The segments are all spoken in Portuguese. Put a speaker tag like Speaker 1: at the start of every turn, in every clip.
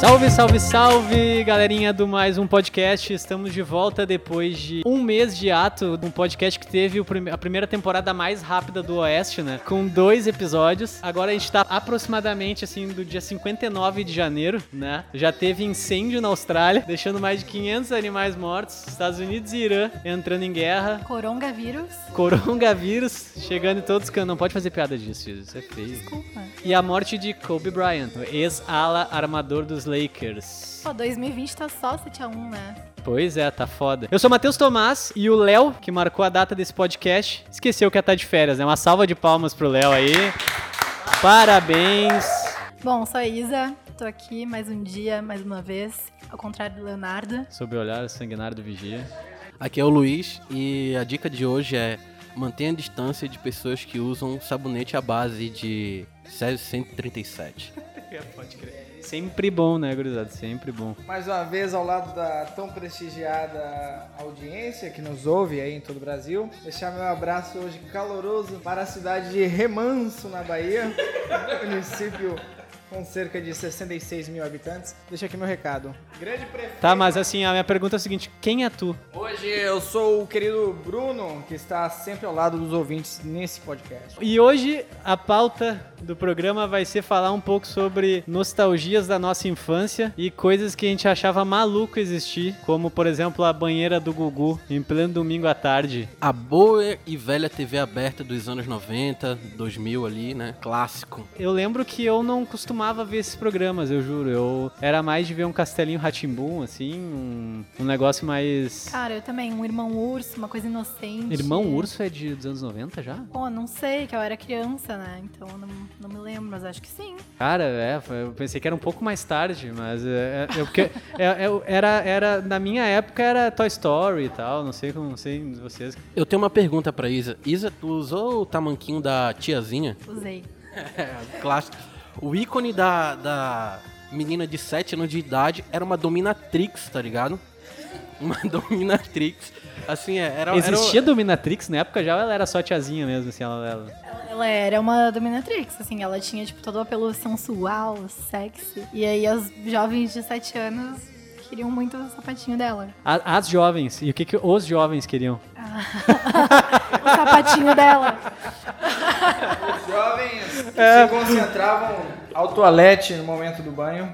Speaker 1: Salve, salve, salve, galerinha do mais um podcast. Estamos de volta depois de um mês de ato, um podcast que teve o prime- a primeira temporada mais rápida do Oeste, né? Com dois episódios. Agora a gente tá aproximadamente assim do dia 59 de janeiro, né? Já teve incêndio na Austrália, deixando mais de 500 animais mortos. Estados Unidos e Irã entrando em guerra.
Speaker 2: Coronavírus?
Speaker 1: Coronavírus chegando em todos os cantos. Não pode fazer piada disso, isso é feio.
Speaker 2: Desculpa.
Speaker 1: E a morte de Kobe Bryant, o ex-ala armador dos Lakers.
Speaker 2: Pô, 2020 tá só 7x1, né?
Speaker 1: Pois é, tá foda. Eu sou Matheus Tomás e o Léo, que marcou a data desse podcast, esqueceu que ia tá de férias, né? Uma salva de palmas pro Léo aí. Parabéns.
Speaker 2: Bom, sou a Isa, tô aqui mais um dia, mais uma vez, ao contrário do Leonardo.
Speaker 1: Sob o olhar sanguinário do vigia.
Speaker 3: Aqui é o Luiz e a dica de hoje é mantenha a distância de pessoas que usam sabonete à base de Césio 137.
Speaker 1: Sempre bom, né, gurizada? Sempre bom.
Speaker 4: Mais uma vez ao lado da tão prestigiada audiência que nos ouve aí em todo o Brasil. Deixar meu abraço hoje caloroso para a cidade de Remanso, na Bahia, município com cerca de 66 mil habitantes. Deixa aqui meu recado. Grande prefeito.
Speaker 1: Tá, mas assim, a minha pergunta é a seguinte: quem é tu?
Speaker 4: Hoje eu sou o querido Bruno, que está sempre ao lado dos ouvintes nesse podcast.
Speaker 1: E hoje a pauta do programa vai ser falar um pouco sobre nostalgias da nossa infância e coisas que a gente achava maluco existir, como por exemplo a banheira do Gugu em pleno domingo à tarde.
Speaker 3: A boa e velha TV aberta dos anos 90, 2000 ali, né? Clássico.
Speaker 1: Eu lembro que eu não costumava ver esses programas, eu juro. Eu era mais de ver um castelinho Ratimbum, assim, um, um negócio mais.
Speaker 2: Cara, eu também, um irmão urso, uma coisa inocente.
Speaker 1: Irmão Urso é de dos anos 90 já?
Speaker 2: Pô, não sei, que eu era criança, né? Então eu não, não me lembro, mas acho que sim.
Speaker 1: Cara, é, foi- eu pensei que era um pouco mais tarde, mas é, é, eu, porque, é, eu- era, era, na minha época era Toy Story e tal, não sei como, não sei vocês.
Speaker 3: Eu tenho uma pergunta pra Isa. Isa, tu usou o tamanquinho da tiazinha?
Speaker 2: Usei.
Speaker 3: É, clássico. O ícone da, da menina de 7 anos de idade era uma dominatrix, tá ligado? Uma dominatrix. Assim, é, era, era o-
Speaker 1: Existia Dominatrix na época já, ou ela era só tiazinha mesmo, assim, ela, ela-
Speaker 2: Ela, ela era uma dominatrix, assim, ela tinha, tipo, todo o apelo sensual, sexy. E aí as jovens de 7 anos queriam muito o sapatinho dela.
Speaker 1: A- As jovens, e o que, que os jovens queriam?
Speaker 2: O sapatinho dela.
Speaker 4: Os jovens se concentravam ao toalete no momento do banho,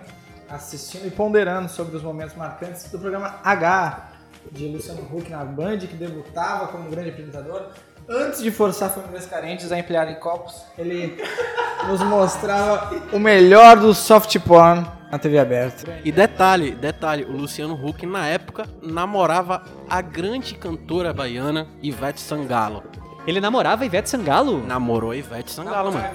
Speaker 4: assistindo e ponderando sobre os momentos marcantes do programa H de Luciano Huck na Band, que debutava como grande apresentador. Antes de forçar famílias carentes a empilharem copos, ele nos mostrava o melhor do soft porn na TV aberta.
Speaker 3: E detalhe, detalhe, o Luciano Huck na época namorava a grande cantora baiana Ivete Sangalo.
Speaker 1: Ele namorava Ivete Sangalo?
Speaker 3: Namorou a Ivete Sangalo, mano.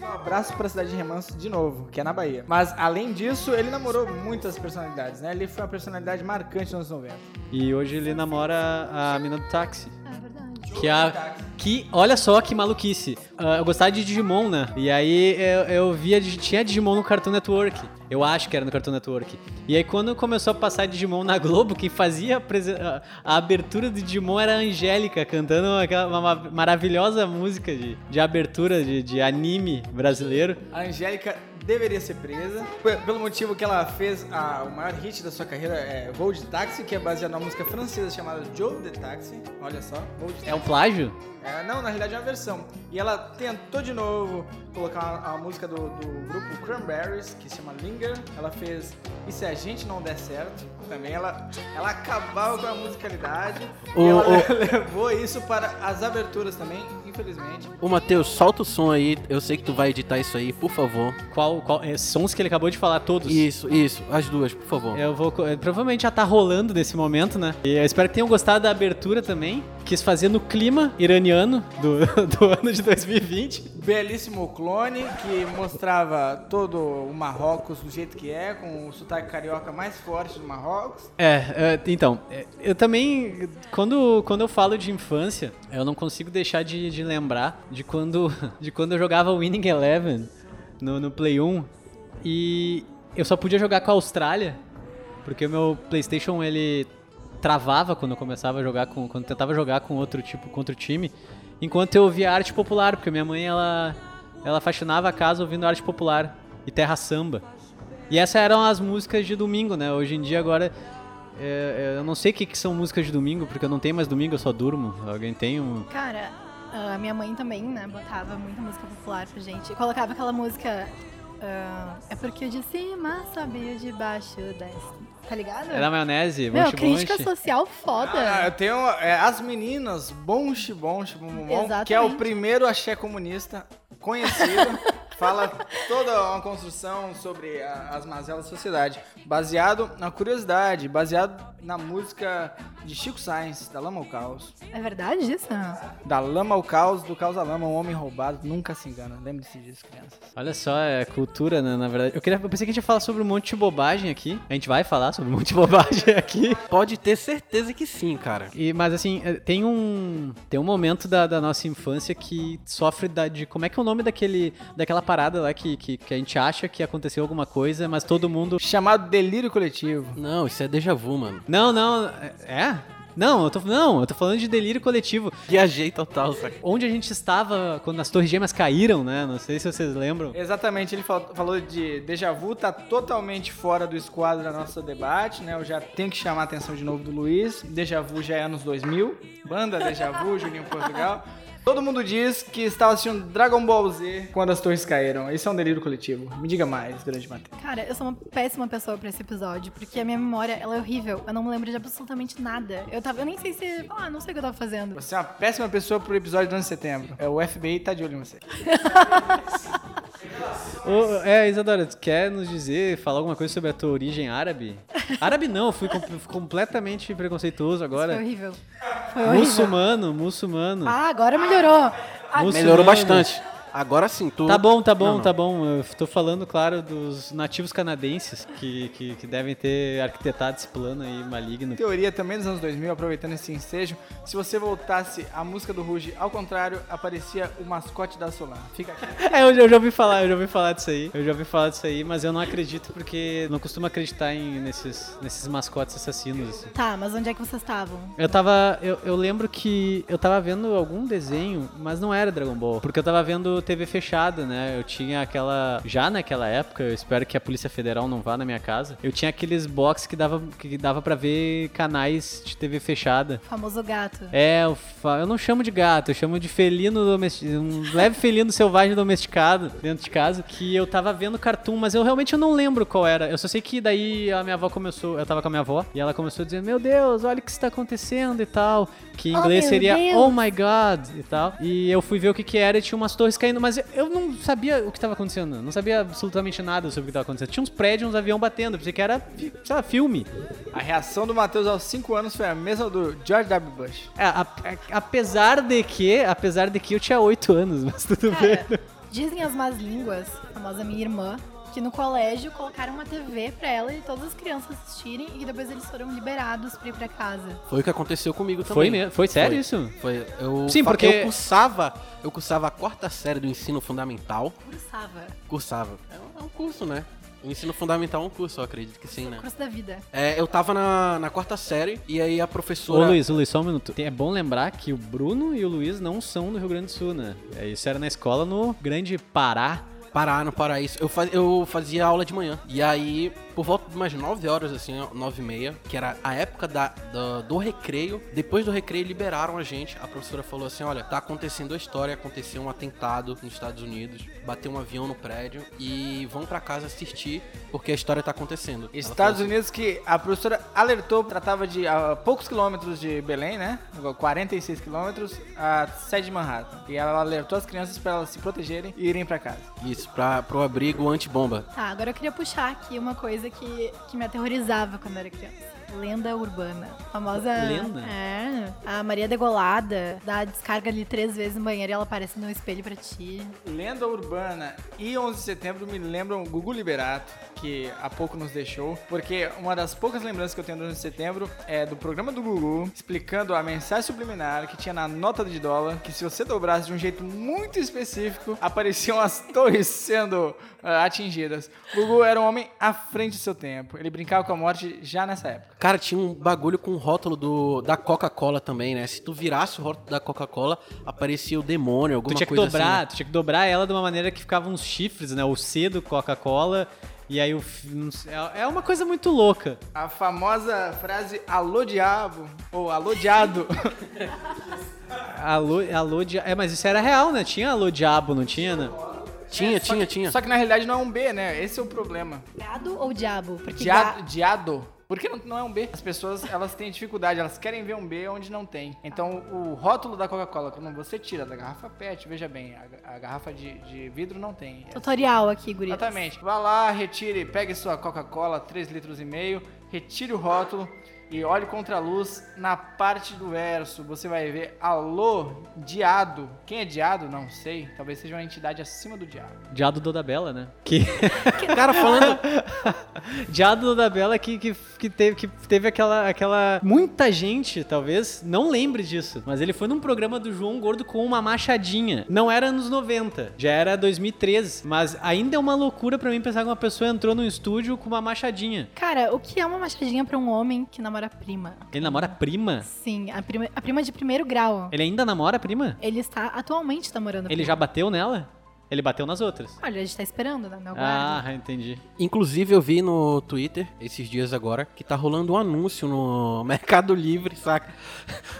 Speaker 4: Um abraço pra cidade de Remanso de novo, que é na Bahia. Mas além disso, ele namorou muitas personalidades, né? Ele foi uma personalidade marcante nos anos 90.
Speaker 1: E hoje ele namora a mina do táxi.
Speaker 2: É verdade.
Speaker 1: Que a. Que, olha só que maluquice. Ah, eu gostava de Digimon, né? E aí eu, eu via. Digi- Tinha Digimon no Cartoon Network. Eu acho que era no Cartoon Network. E aí quando começou a passar Digimon na Globo, quem fazia a, presen- a- a abertura do Digimon era a Angélica, cantando aquela uma, uma maravilhosa música de, de abertura de, de anime brasileiro.
Speaker 4: A Angélica deveria ser presa pe- pelo motivo que ela fez a- o maior hit da sua carreira é Voo de Táxi, que é baseado numa música francesa chamada Joe de Táxi. Olha só, Voo de
Speaker 1: É um plágio?
Speaker 4: É, não, na realidade é uma versão. E ela tentou de novo colocar a, a música do, do grupo Cranberries, que se chama Linger. Ela fez E se a gente não der certo? Também ela, ela acabava com a musicalidade.
Speaker 3: O-
Speaker 4: e ela
Speaker 3: o-
Speaker 4: levou isso para as aberturas também, infelizmente.
Speaker 3: Ô Matheus, solta o som aí, eu sei que tu vai editar isso aí, por favor.
Speaker 1: Qual, qual- é, sons que ele acabou de falar todos?
Speaker 3: Isso, isso, as duas, por favor.
Speaker 1: Eu vou. co- eh, Provavelmente já tá rolando nesse momento, né? E eu espero que tenham gostado da abertura também. Quis fazer no clima iraniano do, do ano de 2020.
Speaker 4: belíssimo clone que mostrava todo o Marrocos do jeito que é, com o sotaque carioca mais forte do Marrocos.
Speaker 1: É, eh, então, eh, eu também. Quando, quando eu falo de infância, eu não consigo deixar de, de lembrar de quando, de quando eu jogava Winning Eleven no, no Play 1. E eu só podia jogar com a Austrália, porque o meu PlayStation ele travava quando eu começava a jogar com quando eu tentava jogar com outro tipo contra o time enquanto eu ouvia arte popular porque minha mãe ela ela faxinava a casa ouvindo arte popular e terra samba E essas eram as músicas de domingo, né? Hoje em dia, agora. é, é, eu não sei o que, que são músicas de domingo, porque eu não tenho mais domingo, eu só durmo. Alguém tem um.
Speaker 2: Cara, a minha mãe também, né, botava muita música popular pra gente. E colocava aquela música. ah, é porque o de cima sabia de baixo desce. Tá ligado?
Speaker 1: Era maionese?
Speaker 2: Meu,
Speaker 1: Monte
Speaker 2: crítica
Speaker 1: Monte?
Speaker 2: social
Speaker 4: Ah, eu
Speaker 2: foda.
Speaker 4: tenho é, as meninas, bom Bom Bom, que é o
Speaker 2: Exatamente.
Speaker 4: primeiro axé comunista conhecido. fala toda uma construção sobre a- as mazelas da sociedade, baseado na curiosidade, baseado na música de Chico Sainz, da Lama ao Caos.
Speaker 2: É verdade isso?
Speaker 4: Da Lama ao Caos, do Caos à Lama, um homem roubado nunca se engana. Lembre-se disso, crianças.
Speaker 1: Olha só, é cultura, né, na verdade. Eu, queria, eu pensei que a gente ia falar sobre um monte de bobagem aqui. A gente vai falar sobre um monte de bobagem aqui.
Speaker 3: Pode ter certeza que sim, cara.
Speaker 1: E, mas assim, eh, tem um. Tem um momento da, da nossa infância que sofre da, de. Como é que é o nome daquele, daquela parada lá que, que, que a gente acha que aconteceu alguma coisa, mas todo mundo.
Speaker 4: Chamado Delírio Coletivo.
Speaker 3: Não, isso é déjà vu, mano.
Speaker 1: Não, não. É? Não, eu tô. Não, eu tô falando de delírio coletivo.
Speaker 3: Viajei total, saca?
Speaker 1: Onde a gente estava quando as torres gêmeas caíram, né? Não sei se vocês lembram.
Speaker 4: Exatamente, ele fal- falou de déjà vu, tá totalmente fora do esquadro da nossa debate, né? Eu já tenho que chamar a atenção de novo do Luiz. Déjà vu já é anos 2000, banda déjà vu, Juninho Portugal. Todo mundo diz que estava assistindo Dragon Ball Z quando as torres caíram. Isso é um delírio coletivo. Me diga mais, grande Matheus.
Speaker 2: Cara, eu sou uma péssima pessoa pra esse episódio, porque a minha memória ela é horrível. Eu não me lembro de absolutamente nada. Eu tava. Eu nem sei se. Ah, não sei o que eu tava fazendo.
Speaker 4: Você é uma péssima pessoa pro episódio do ano de setembro. É, o FBI tá de olho em você.
Speaker 1: Ô, é, Isadora, tu quer nos dizer, falar alguma coisa sobre a tua origem árabe? árabe não, eu fui com- completamente preconceituoso
Speaker 2: Foi
Speaker 1: agora.
Speaker 2: horrível. Foi horrível.
Speaker 1: Muçulmano, muçulmano.
Speaker 2: Ah, agora melhorou. Ah,
Speaker 1: Muçulmano.
Speaker 3: Melhorou bastante. Agora sim, tu.
Speaker 1: Tá bom, tá bom,
Speaker 3: Não, não.
Speaker 1: tá bom. Eu tô falando, claro, dos nativos canadenses que, que, que devem ter arquitetado esse plano aí maligno.
Speaker 4: Teoria também dos anos 2000, aproveitando esse ensejo. Se você voltasse a música do Ruge ao contrário, aparecia o mascote da Solar. Fica aqui.
Speaker 1: É, eu, já- eu já ouvi falar, eu já ouvi falar disso aí. Eu já ouvi falar disso aí, mas eu não acredito porque não costumo acreditar em, nesses, nesses mascotes assassinos. assim.
Speaker 2: Tá, mas onde é que vocês estavam?
Speaker 1: Eu tava. Eu, eu lembro que eu tava vendo algum desenho, mas não era Dragon Ball. Porque eu tava vendo TV fechada, né? Eu tinha aquela. Já naquela época, eu espero que a Polícia Federal não vá na minha casa. Eu tinha aqueles box que dava, que dava pra ver canais de TV fechada.
Speaker 2: O famoso gato.
Speaker 1: É, eu, fa- eu não chamo de gato, eu chamo de felino domesticado, um leve felino selvagem domesticado dentro de casa, que eu tava vendo cartoon, mas eu realmente eu não lembro qual era. Eu só sei que daí a minha avó começou, eu tava com a minha avó, e ela começou dizendo, meu Deus, olha o que está acontecendo e tal, que em
Speaker 2: Oh,
Speaker 1: inglês
Speaker 2: meu
Speaker 1: seria
Speaker 2: Deus.
Speaker 1: Oh my God e tal. E eu fui ver o que que era e tinha umas torres caindo, mas eu- eu não sabia o que tava acontecendo, eu não sabia absolutamente nada sobre o que tava acontecendo. Tinha uns prédios, uns aviões batendo, eu pensei que era, fi- sei lá, filme.
Speaker 4: A reação do Matheus aos 5 anos foi a mesma do George W. Bush.
Speaker 1: É, a- a- apesar de que, apesar de que eu tinha 8 anos, mas tudo
Speaker 2: Cara,
Speaker 1: bem.
Speaker 2: dizem as más línguas, a famosa minha irmã, que no colégio colocaram uma TV pra ela e todas as crianças assistirem e que depois eles foram liberados pra ir pra casa.
Speaker 3: Foi o que aconteceu comigo também.
Speaker 1: Foi mesmo? Foi sério
Speaker 3: Foi.
Speaker 1: isso?
Speaker 3: Foi. Eu,
Speaker 1: Sim,
Speaker 3: fa-
Speaker 1: porque-
Speaker 3: eu cursava, eu cursava a quarta série do ensino fundamental.
Speaker 2: Cursava.
Speaker 3: Cursava. É um, é um curso, né? O ensino fundamental é um curso, eu acredito que sim, né?
Speaker 2: Curso da vida.
Speaker 3: É, eu tava na, na quarta série e aí a
Speaker 1: Ô
Speaker 3: professora.
Speaker 1: Luiz, ô, Luiz, só um minuto. Tem- É bom lembrar que o Bruno e o Luiz não são do Rio Grande do Sul, né? É, Isso era na escola no Grande Pará.
Speaker 3: Pará, no Paraíso. Eu, faz, eu fazia aula de manhã. E aí, por volta de umas 9 horas, assim, ó, 9 e meia, que era a época da, da- do recreio. Depois do recreio, liberaram a gente. A professora falou assim: olha, tá acontecendo a história, aconteceu um atentado nos Estados Unidos, bateu um avião no prédio e vão pra casa assistir, porque a história tá acontecendo. Ela
Speaker 4: Estados
Speaker 3: falou assim,
Speaker 4: Unidos que a professora alertou, tratava de a poucos quilômetros de Belém, né? 46 quilômetros, a sede de Manhattan. E ela alertou as crianças pra elas se protegerem e irem pra casa.
Speaker 3: Isso, pra, pro abrigo antibomba.
Speaker 2: Tá, agora eu queria puxar aqui uma coisa que, que me aterrorizava quando eu era criança. Lenda urbana. A famosa.
Speaker 1: Lenda?
Speaker 2: É. A Maria Degolada dá a descarga ali três vezes no banheiro e ela aparece no espelho pra ti.
Speaker 4: Lenda urbana e 11 de setembro me lembram Gugu Liberato, que há pouco nos deixou, porque uma das poucas lembranças que eu tenho do 11 de setembro é do programa do Gugu explicando a mensagem subliminar que tinha na nota de dólar, que se você dobrasse de um jeito muito específico, apareciam as torres sendo ah, atingidas. Gugu era um homem à frente do seu tempo. Ele brincava com a morte já nessa época.
Speaker 3: Cara, tinha um bagulho com o rótulo do, da Coca-Cola também, né? Se tu virasse o rótulo da Coca-Cola, aparecia o demônio,
Speaker 1: Tu
Speaker 3: alguma
Speaker 1: tinha que
Speaker 3: coisa assim.
Speaker 1: dobrar,
Speaker 3: né?
Speaker 1: tu tinha que dobrar ela de uma maneira que ficavam uns chifres, né? O C do Coca-Cola E aí o fi- não sei, é- é uma coisa muito louca.
Speaker 4: A famosa frase alô diabo ou alô diado.
Speaker 1: Alô, alô, dia... É, mas isso era real, né? Tinha alô diabo, não tinha, né?
Speaker 3: Tinha,
Speaker 4: É, só
Speaker 3: tinha,
Speaker 4: que-
Speaker 3: tinha.
Speaker 4: Só que na realidade não é um B, né? Esse é o problema.
Speaker 2: Gado ou diabo? Porque
Speaker 4: Dia-
Speaker 2: ga-
Speaker 4: diado. Por que não, não é um B? As pessoas, elas têm dificuldade, elas querem ver um B onde não tem. Então, o rótulo da Coca-Cola, quando você tira da garrafa PET, veja bem, a, a garrafa de, de vidro não tem. É
Speaker 2: Tutorial aqui, guria.
Speaker 4: Exatamente. Vá lá, retire, pegue sua Coca-Cola, 3 litros e meio, retire o rótulo e olhe contra a luz na parte do verso. Você vai ver alô, diado. Quem é diado? Não sei. Talvez seja uma entidade acima do diabo.
Speaker 1: Diado Dodabella, né? Que...
Speaker 3: Cara, falando,
Speaker 1: Diado Dodabella que, que, que teve, que teve aquela, aquela... Muita gente, talvez, não lembre disso, mas ele foi num programa do João Gordo com uma machadinha. Não era anos 90, já era 2013, mas ainda é uma loucura pra mim pensar que uma pessoa entrou num estúdio com uma machadinha.
Speaker 2: Cara, o que é uma machadinha pra um homem que namora prima?
Speaker 1: Ele namora a prima?
Speaker 2: Sim, a prima, a prima de primeiro grau.
Speaker 1: Ele ainda namora a prima?
Speaker 2: Ele está atualmente namorando. a
Speaker 1: Ele
Speaker 2: prima.
Speaker 1: já bateu nela? Ele bateu nas outras.
Speaker 2: Olha, a gente tá esperando, né? Meu guarda.
Speaker 1: Ah, entendi.
Speaker 3: inclusive eu vi no Twitter, esses dias agora, que tá rolando um anúncio no Mercado Livre, saca?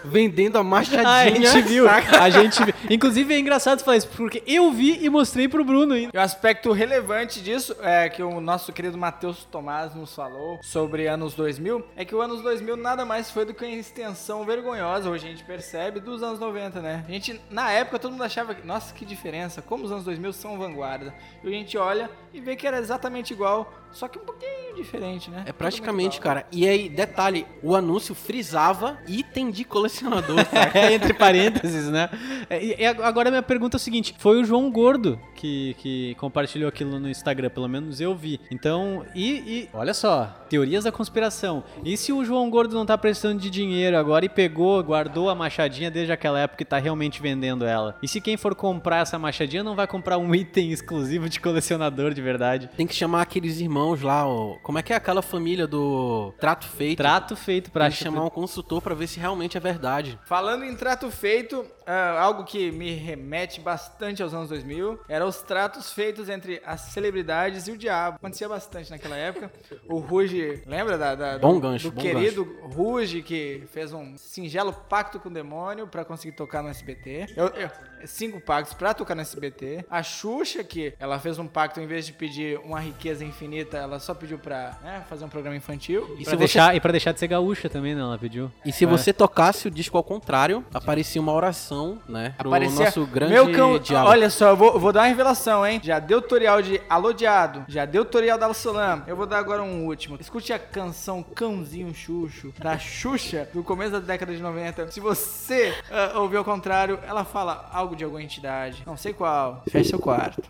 Speaker 3: Vendendo a machadinha,
Speaker 1: Ah, a gente viu.
Speaker 3: saca?
Speaker 1: A gente viu. Inclusive é engraçado você falar isso, porque eu vi e mostrei pro Bruno ainda.
Speaker 4: E o aspecto relevante disso é que o nosso querido Matheus Tomás nos falou sobre anos 2000, é que o anos 2000 nada mais foi do que uma extensão vergonhosa, hoje a gente percebe, dos anos 90, né? A gente, na época, todo mundo achava que, nossa, que diferença, como os anos 2000 são vanguarda. E a gente olha e vê que era exatamente igual, só que um pouquinho diferente, né?
Speaker 3: É praticamente, cara. E aí, detalhe, o anúncio frisava item de colecionador, saca?
Speaker 1: É, entre parênteses, né? E, e ag- agora minha pergunta é o seguinte: foi o João Gordo que, que compartilhou aquilo no Instagram, pelo menos eu vi. Então, e, e- olha só, teorias da conspiração. E se o João Gordo não tá precisando de dinheiro agora e pegou, guardou a machadinha desde aquela época e tá realmente vendendo ela? E se quem for comprar essa machadinha não vai comprar um item exclusivo de colecionador de verdade?
Speaker 3: Tem que chamar aqueles irmãos lá, ó. Como é que é aquela família do trato feito?
Speaker 1: Trato feito pra
Speaker 3: Tem que chamar um consultor pra ver se realmente é verdade.
Speaker 4: Falando em trato feito, ah, algo que me remete bastante aos anos 2000 eram os tratos feitos entre as celebridades e o diabo. Acontecia bastante naquela época. O Ruge, lembra da, da-
Speaker 3: Bom
Speaker 4: do,
Speaker 3: gancho,
Speaker 4: do
Speaker 3: bom
Speaker 4: querido Ruge que fez um singelo pacto com o demônio pra conseguir tocar no SBT? Eu- eu- cinco pactos pra tocar no SBT. A Xuxa que ela fez um pacto em vez de pedir uma riqueza infinita, ela só pediu pra né, fazer um programa infantil.
Speaker 3: E
Speaker 1: Pra
Speaker 3: se, você,
Speaker 1: deixar, E pra deixar de ser gaúcha também, né? Ela pediu.
Speaker 3: e se
Speaker 1: É.
Speaker 3: você tocasse o disco ao contrário, aparecia uma oração, né? Pro
Speaker 4: Aparecia-
Speaker 3: nosso grande
Speaker 4: Meu cão,
Speaker 3: diabo.
Speaker 4: olha só, eu vou, vou dar uma revelação, hein? Já deu tutorial de Alodiado, já deu tutorial da Solam. Eu vou dar agora um último. Escute a canção Cãozinho Xuxo, da Xuxa, do começo da década de 90. Se você ah, ouvir ao contrário, ela fala algo de alguma entidade, não sei qual. Feche seu quarto.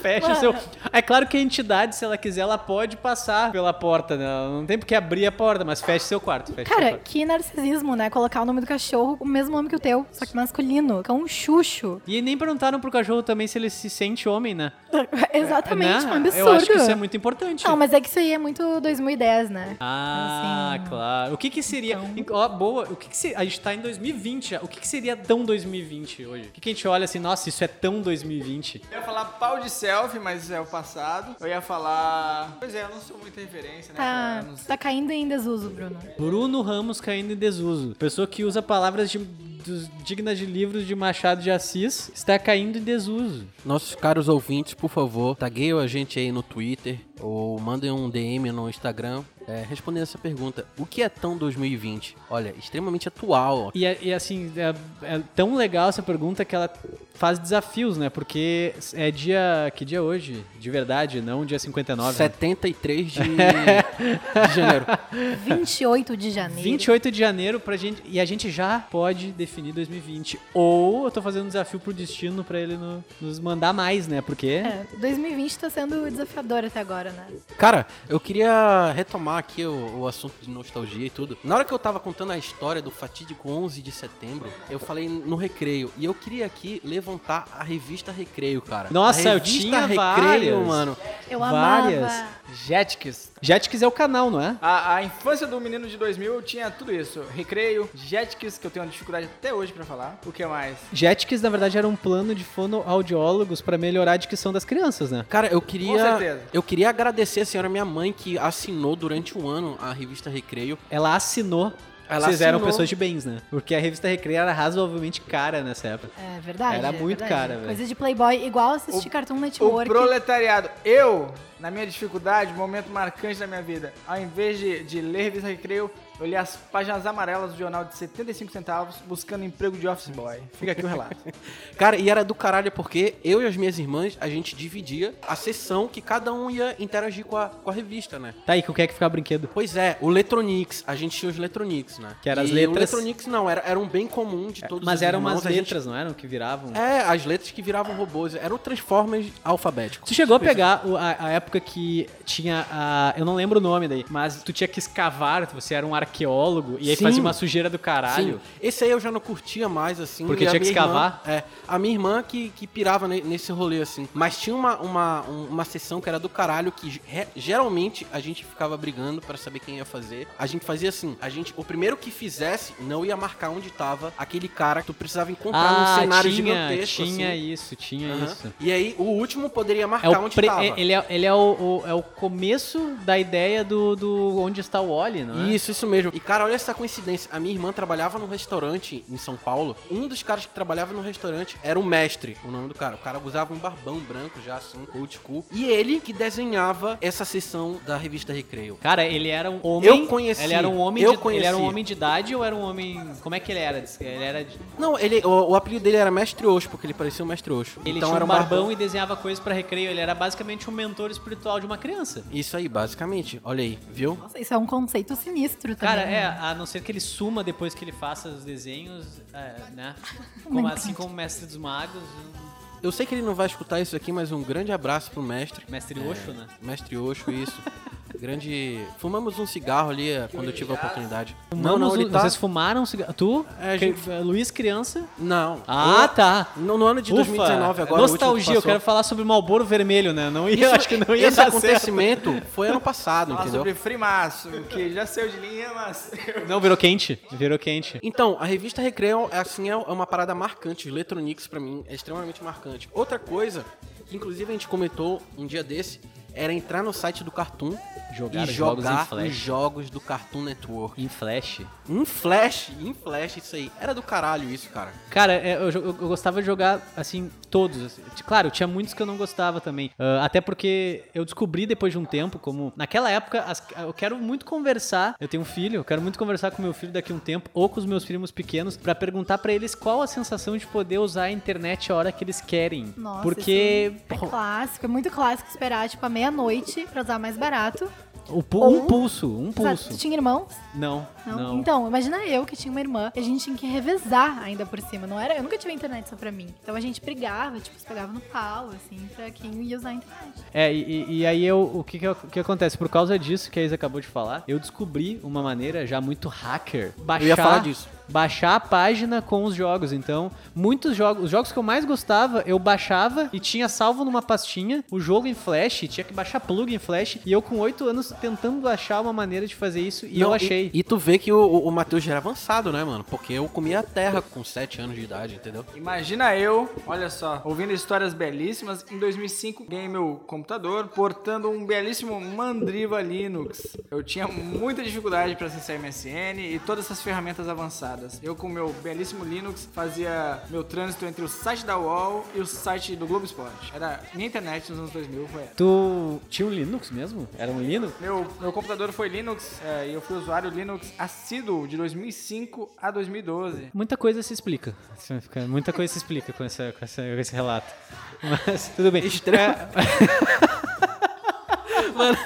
Speaker 1: Fecha o seu. É claro que a entidade, se ela quiser, ela pode passar pela porta, né? Ela não tem porque abrir a porta, mas fecha seu quarto. Fecha seu
Speaker 2: Cara,
Speaker 1: quarto.
Speaker 2: que narcisismo, né? Colocar o nome do cachorro, o mesmo nome que o teu, só que é um masculino. Cão chucho.
Speaker 1: E nem perguntaram pro cachorro também se ele se sente homem, né?
Speaker 2: Exatamente,
Speaker 1: Né?
Speaker 2: um absurdo.
Speaker 1: Eu acho que isso é muito importante.
Speaker 2: Não, mas é que isso aí é muito 2010, né?
Speaker 1: Ah,
Speaker 2: Assim.
Speaker 1: claro. O que que seria...
Speaker 2: Então.
Speaker 1: Ó, boa. O que que se... A gente tá em 2020 já. O que que seria tão 2020 hoje? O que que a gente olha assim, nossa, isso é tão 2020?
Speaker 4: Eu ia falar pau de selfie, mas é o passado. Eu ia falar. Pois é, eu não sou muita referência, né?
Speaker 2: Tá,
Speaker 4: pra anos-
Speaker 2: tá caindo em desuso, Bruno.
Speaker 1: Bruno Ramos caindo em desuso. Pessoa que usa palavras de- dos- dignas de livros de Machado de Assis está caindo em desuso.
Speaker 3: Nossos caros ouvintes, por favor, tagueiam a gente aí no Twitter ou mandem um DM no Instagram é, respondendo essa pergunta. O que é tão 2020? Olha, extremamente atual.
Speaker 1: E, é- e, assim, é, é tão legal essa pergunta que ela faz desafios, né? Porque é dia. Que dia é hoje? De verdade, não dia 59. né?
Speaker 3: 73 de, de janeiro.
Speaker 2: 28 de janeiro.
Speaker 1: 28 de janeiro pra gente. E a gente já pode definir 2020. Ou eu tô fazendo um desafio pro destino pra ele no- nos mandar mais, né? Porque.
Speaker 2: É, 2020 tá sendo desafiador até agora, né?
Speaker 3: Cara, eu queria retomar aqui o, o assunto de nostalgia e tudo. Na hora que eu tava contando a história do fatídico 11 de setembro, eu falei no Recreio. E eu queria aqui levantar a revista Recreio, cara.
Speaker 1: Nossa,
Speaker 3: a
Speaker 1: eu
Speaker 3: revista
Speaker 1: tinha
Speaker 3: Recreio,
Speaker 1: várias.
Speaker 3: mano.
Speaker 2: Eu
Speaker 1: Várias.
Speaker 2: amava.
Speaker 4: Jetix.
Speaker 1: Jetix é o canal, não é?
Speaker 4: A, a infância do menino de 2000 eu tinha tudo isso. Recreio, Jetix, que eu tenho uma dificuldade até hoje pra falar. O que mais?
Speaker 1: Jetix, na verdade, era um plano de fonoaudiólogos pra melhorar a dicção das crianças, né?
Speaker 3: Cara, eu
Speaker 4: Com
Speaker 3: queria.
Speaker 4: certeza.
Speaker 3: Eu queria agradecer a senhora minha mãe que assinou durante um ano a revista Recreio.
Speaker 1: Ela assinou.
Speaker 3: Ela
Speaker 1: Vocês eram
Speaker 3: assinou.
Speaker 1: pessoas de bens, né? Porque a revista Recreio era razoavelmente cara nessa época.
Speaker 2: É verdade.
Speaker 1: Era
Speaker 2: é
Speaker 1: muito
Speaker 2: verdade.
Speaker 1: cara, velho.
Speaker 2: Coisa de Playboy, igual assistir Cartoon
Speaker 4: O
Speaker 2: Network.
Speaker 4: proletariado. Eu, na minha dificuldade, momento marcante da minha vida, ao invés de, de ler revista Recreio, eu li as páginas amarelas do jornal de 75 centavos buscando emprego de office boy. Fica aqui o relato.
Speaker 3: Cara, e era do caralho porque eu e as minhas irmãs, a gente dividia a sessão que cada um ia interagir com a, com a revista, né?
Speaker 1: Tá aí, que o que é que ficava brinquedo?
Speaker 3: Pois é, o Letronix, a gente tinha os Letronix, né?
Speaker 1: Que eram as
Speaker 3: E
Speaker 1: letras- É,
Speaker 3: O Letronix não, era, era um bem comum de todos
Speaker 1: Mas
Speaker 3: os
Speaker 1: eram
Speaker 3: irmãos,
Speaker 1: umas
Speaker 3: a gente-
Speaker 1: letras, não eram? Que viravam.
Speaker 3: É, as letras que viravam robôs. Era o Transformers alfabético.
Speaker 1: Tu chegou a pegar o- a, a época que tinha a. Eu não lembro o nome daí, mas tu tinha que escavar, você era um arqueólogo e aí
Speaker 3: Sim.
Speaker 1: fazia uma sujeira do caralho.
Speaker 3: Sim, esse aí eu já não curtia mais, assim.
Speaker 1: Porque
Speaker 3: e a
Speaker 1: tinha que
Speaker 3: minha irmã-
Speaker 1: escavar?
Speaker 3: é, a minha irmã que, que pirava ne- nesse rolê, assim. Mas tinha uma, uma, um- uma sessão que era do caralho, que ge- geralmente a gente ficava brigando pra saber quem ia fazer. A gente fazia assim, a gente, o primeiro que fizesse, não ia marcar onde tava aquele cara que tu precisava encontrar num
Speaker 1: Ah,
Speaker 3: cenário
Speaker 1: tinha,
Speaker 3: gigantesco,
Speaker 1: tinha
Speaker 3: assim.
Speaker 1: isso, tinha
Speaker 3: Aham.
Speaker 1: isso.
Speaker 3: E aí, o último poderia
Speaker 1: É
Speaker 3: marcar
Speaker 1: o
Speaker 3: onde
Speaker 1: pre-
Speaker 3: tava.
Speaker 1: é- ele é, ele é o, o- é o começo da ideia do, do onde está o Oli, não é?
Speaker 3: Isso, isso mesmo. E cara, olha essa coincidência. A minha irmã trabalhava num restaurante em São Paulo. Um dos caras que trabalhava no restaurante era o mestre, o nome do cara. O cara usava um barbão branco já, assim, old school. E ele que desenhava essa sessão da revista Recreio.
Speaker 1: Cara, ele era um homem.
Speaker 3: Eu conheci,
Speaker 1: Ele era um homem. de,
Speaker 3: eu
Speaker 1: Ele era um
Speaker 3: conheci.
Speaker 1: homem de idade ou era um homem? Como é que ele era? Ele era. de-
Speaker 3: Não, ele, o, o apelido dele era Mestre Oxo, porque ele parecia um Mestre Oxo.
Speaker 1: Ele
Speaker 3: então
Speaker 1: tinha
Speaker 3: era
Speaker 1: um barbão e desenhava coisas pra recreio. Ele era basicamente um mentor espiritual de uma criança.
Speaker 3: Isso aí, basicamente. Olha aí, viu?
Speaker 2: Nossa, isso é um conceito sinistro
Speaker 3: Tá
Speaker 2: também.
Speaker 1: Cara, é,
Speaker 2: né?
Speaker 1: a não ser que ele suma depois que ele faça os desenhos, é, né? Como, assim como o Mestre dos Magos, o
Speaker 3: Eu sei que ele não vai escutar isso aqui, mas um grande abraço pro mestre. É,
Speaker 1: Mestre Osho, né?
Speaker 3: Mestre Oxo, isso. Grande. Fumamos um cigarro ali eh, quando eu tive a oportunidade.
Speaker 1: Fumamos um-
Speaker 3: tá-
Speaker 1: Vocês fumaram cigarro? Tu?
Speaker 3: É, a
Speaker 1: Que-
Speaker 3: gente-
Speaker 1: Luiz criança?
Speaker 3: Não.
Speaker 1: Ah,
Speaker 3: Eu-
Speaker 1: tá.
Speaker 3: No, no ano de
Speaker 1: Ufa,
Speaker 3: 2019 agora.
Speaker 1: Nostalgia, eu quero
Speaker 3: falar.
Speaker 1: falar sobre o Malboro Vermelho, né? Não ia, eu acho que não ia
Speaker 3: Esse
Speaker 1: dar
Speaker 3: acontecimento foi ano passado,
Speaker 4: Falar
Speaker 3: entendeu?
Speaker 4: sobre Frimaço, que já saiu de linha, mas...
Speaker 1: certo. Não, virou quente. Virou quente.
Speaker 3: Então, a revista Recreio é assim, é uma parada marcante. Electronics, pra mim, é extremamente marcante. Outra coisa, que inclusive a gente comentou um dia desse, era entrar no site do Cartoon
Speaker 1: Jogar
Speaker 3: e
Speaker 1: os jogos em
Speaker 3: jogar
Speaker 1: Flash.
Speaker 3: os jogos do Cartoon Network.
Speaker 1: Em flash.
Speaker 3: Em Flash, em Flash, isso aí. Era do caralho isso, cara.
Speaker 1: Cara, é, eu, jo- eu gostava de jogar, assim, todos. assim. T- Claro, tinha muitos que eu não gostava também. Ah, até porque eu descobri depois de um tempo, como. Naquela época, as- eu quero muito conversar. Eu tenho um filho, eu quero muito conversar com meu filho daqui a um tempo, ou com os meus primos pequenos, pra perguntar pra eles qual a sensação de poder usar a internet a hora que eles querem.
Speaker 2: Nossa,
Speaker 1: porque.
Speaker 2: isso é clássico, é muito clássico esperar, tipo, a meia-noite pra usar mais barato.
Speaker 1: o pu-
Speaker 2: Ou-
Speaker 1: um pulso, um
Speaker 2: Sabe, Tu
Speaker 1: pulso.
Speaker 2: tinha irmãos?
Speaker 1: Não,
Speaker 2: Não?
Speaker 1: não.
Speaker 2: Então, imagina eu que tinha uma irmã e a gente tinha que revezar ainda por cima. Não era, eu nunca tive internet só pra mim. Então a gente brigava, tipo, se pegava no pau, assim, pra quem ia usar a internet.
Speaker 1: É, e- e, e aí eu, o que, que, o que acontece? Por causa disso que a Isa acabou de falar, eu descobri uma maneira já muito hacker. Baixar,
Speaker 3: ia falar disso.
Speaker 1: Baixar a página com os jogos. Então, muitos jogos, os jogos que eu mais gostava, eu baixava e tinha salvo numa pastinha o jogo em flash, tinha que baixar plug em flash. E eu com 8 anos tentando achar uma maneira de fazer isso e
Speaker 3: Não,
Speaker 1: eu achei.
Speaker 3: E, tu vê que o, o Matheus já era avançado, né, mano? Porque eu comia a terra com 7 anos de idade, entendeu?
Speaker 4: Imagina eu, olha só, ouvindo histórias belíssimas. Em 2005, ganhei meu computador portando um belíssimo Mandriva Linux. Eu tinha muita dificuldade para acessar MSN e todas essas ferramentas avançadas. Eu, com meu belíssimo Linux, fazia meu trânsito entre o site da UOL e o site do Globo Esporte. Era minha internet nos anos 2000, foi essa.
Speaker 1: Tu tinha um Linux mesmo? Era um Linux?
Speaker 4: Meu, meu computador foi Linux é, e eu fui usuário Linux assíduo de 2005 a 2012.
Speaker 1: Muita coisa se explica. Muita coisa se explica com, essa, com, essa- com esse relato. Mas tudo bem.
Speaker 3: Extremo.
Speaker 1: É,
Speaker 3: Mano,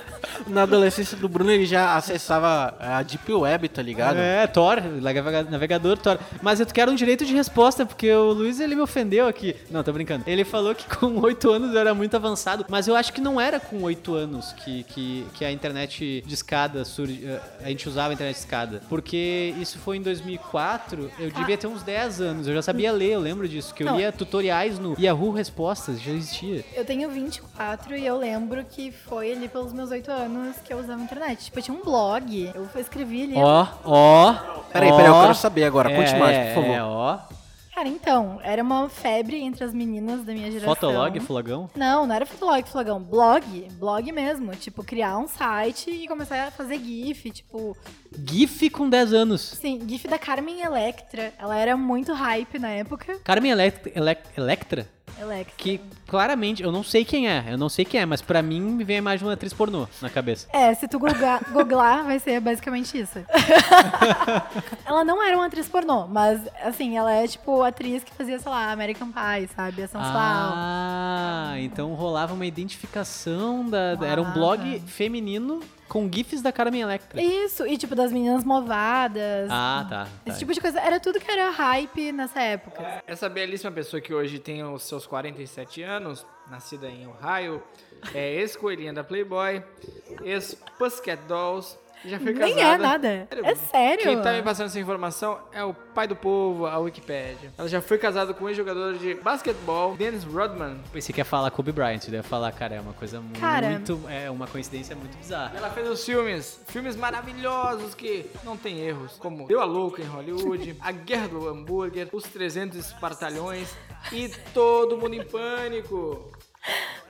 Speaker 3: na adolescência do Bruno ele já acessava a Deep Web, tá ligado?
Speaker 1: É, Thor, navega- navegador Thor. Mas eu quero um direito de resposta, porque o Luiz ele me ofendeu aqui. Não, tô brincando. Ele falou que com 8 anos eu era muito avançado, mas eu acho que não era com 8 anos que, que, que a internet de escada surge. eh, A gente usava a internet de escada. Porque isso foi em 2004, eu devia ter uns 10 anos. Eu já sabia ler, eu lembro disso. Que eu
Speaker 2: Não.
Speaker 1: lia tutoriais no Yahoo Respostas, já existia.
Speaker 2: Eu tenho 24 e eu lembro que foi ali pelos meus 8 anos que eu usava internet. Tipo, eu tinha um blog, eu escrevi ali.
Speaker 1: Ó, ó.
Speaker 3: Peraí,
Speaker 1: ó.
Speaker 3: peraí, eu quero saber agora. Conte
Speaker 1: É,
Speaker 3: mais, por favor.
Speaker 1: É, ó.
Speaker 2: Cara, então, era uma febre entre as meninas da minha geração.
Speaker 1: Fotolog, flogão.
Speaker 2: Não, não era fotolog, flogão. Blog, blog mesmo. Tipo, criar um site e começar a fazer GIF. Tipo,
Speaker 1: GIF com 10 anos.
Speaker 2: assim, GIF da Carmen Electra. Ela era muito hype na época.
Speaker 1: Carmen Electra, Elec- Electra,
Speaker 2: Electra.
Speaker 1: que claramente, eu não sei quem é, eu não sei quem é, mas pra mim me vem a imagem de uma atriz pornô na cabeça.
Speaker 2: É, se tu googlar, googlar, vai ser basicamente isso. ela não era uma atriz pornô, mas, assim, ela é, tipo, atriz que fazia, sei lá, American Pie, sabe? Ação Sexual.
Speaker 1: Ah, então rolava uma identificação da. da- Era um
Speaker 2: Rolava.
Speaker 1: blog feminino com GIFs da Carmen Electra.
Speaker 2: Ah. Isso, e, tipo, das meninas movadas.
Speaker 1: Ah, tá. tá.
Speaker 2: Esse tipo de coisa. Era tudo que era hype nessa época.
Speaker 4: Essa belíssima pessoa que hoje tem os seus 47 anos, nascida em Ohio, é ex-coelhinha da Playboy, ex-Pussycat Dolls, já foi
Speaker 2: Nem
Speaker 4: casada...
Speaker 2: é nada. É sério.
Speaker 4: Quem tá me passando essa informação é o pai do povo, a Wikipédia. Ela já foi casada com um ex-jogador de basquetebol, Dennis Rodman.
Speaker 1: Pensei que ia falar Kobe Bryant, eu ia falar, cara, é uma coisa
Speaker 2: Cara.
Speaker 1: muito. É uma coincidência muito bizarra.
Speaker 4: Ela fez os filmes, filmes maravilhosos que não tem erros, como Deu a Louca em Hollywood, A Guerra do Hambúrguer, Os 300 Espartalhões e Todo Mundo em Pânico.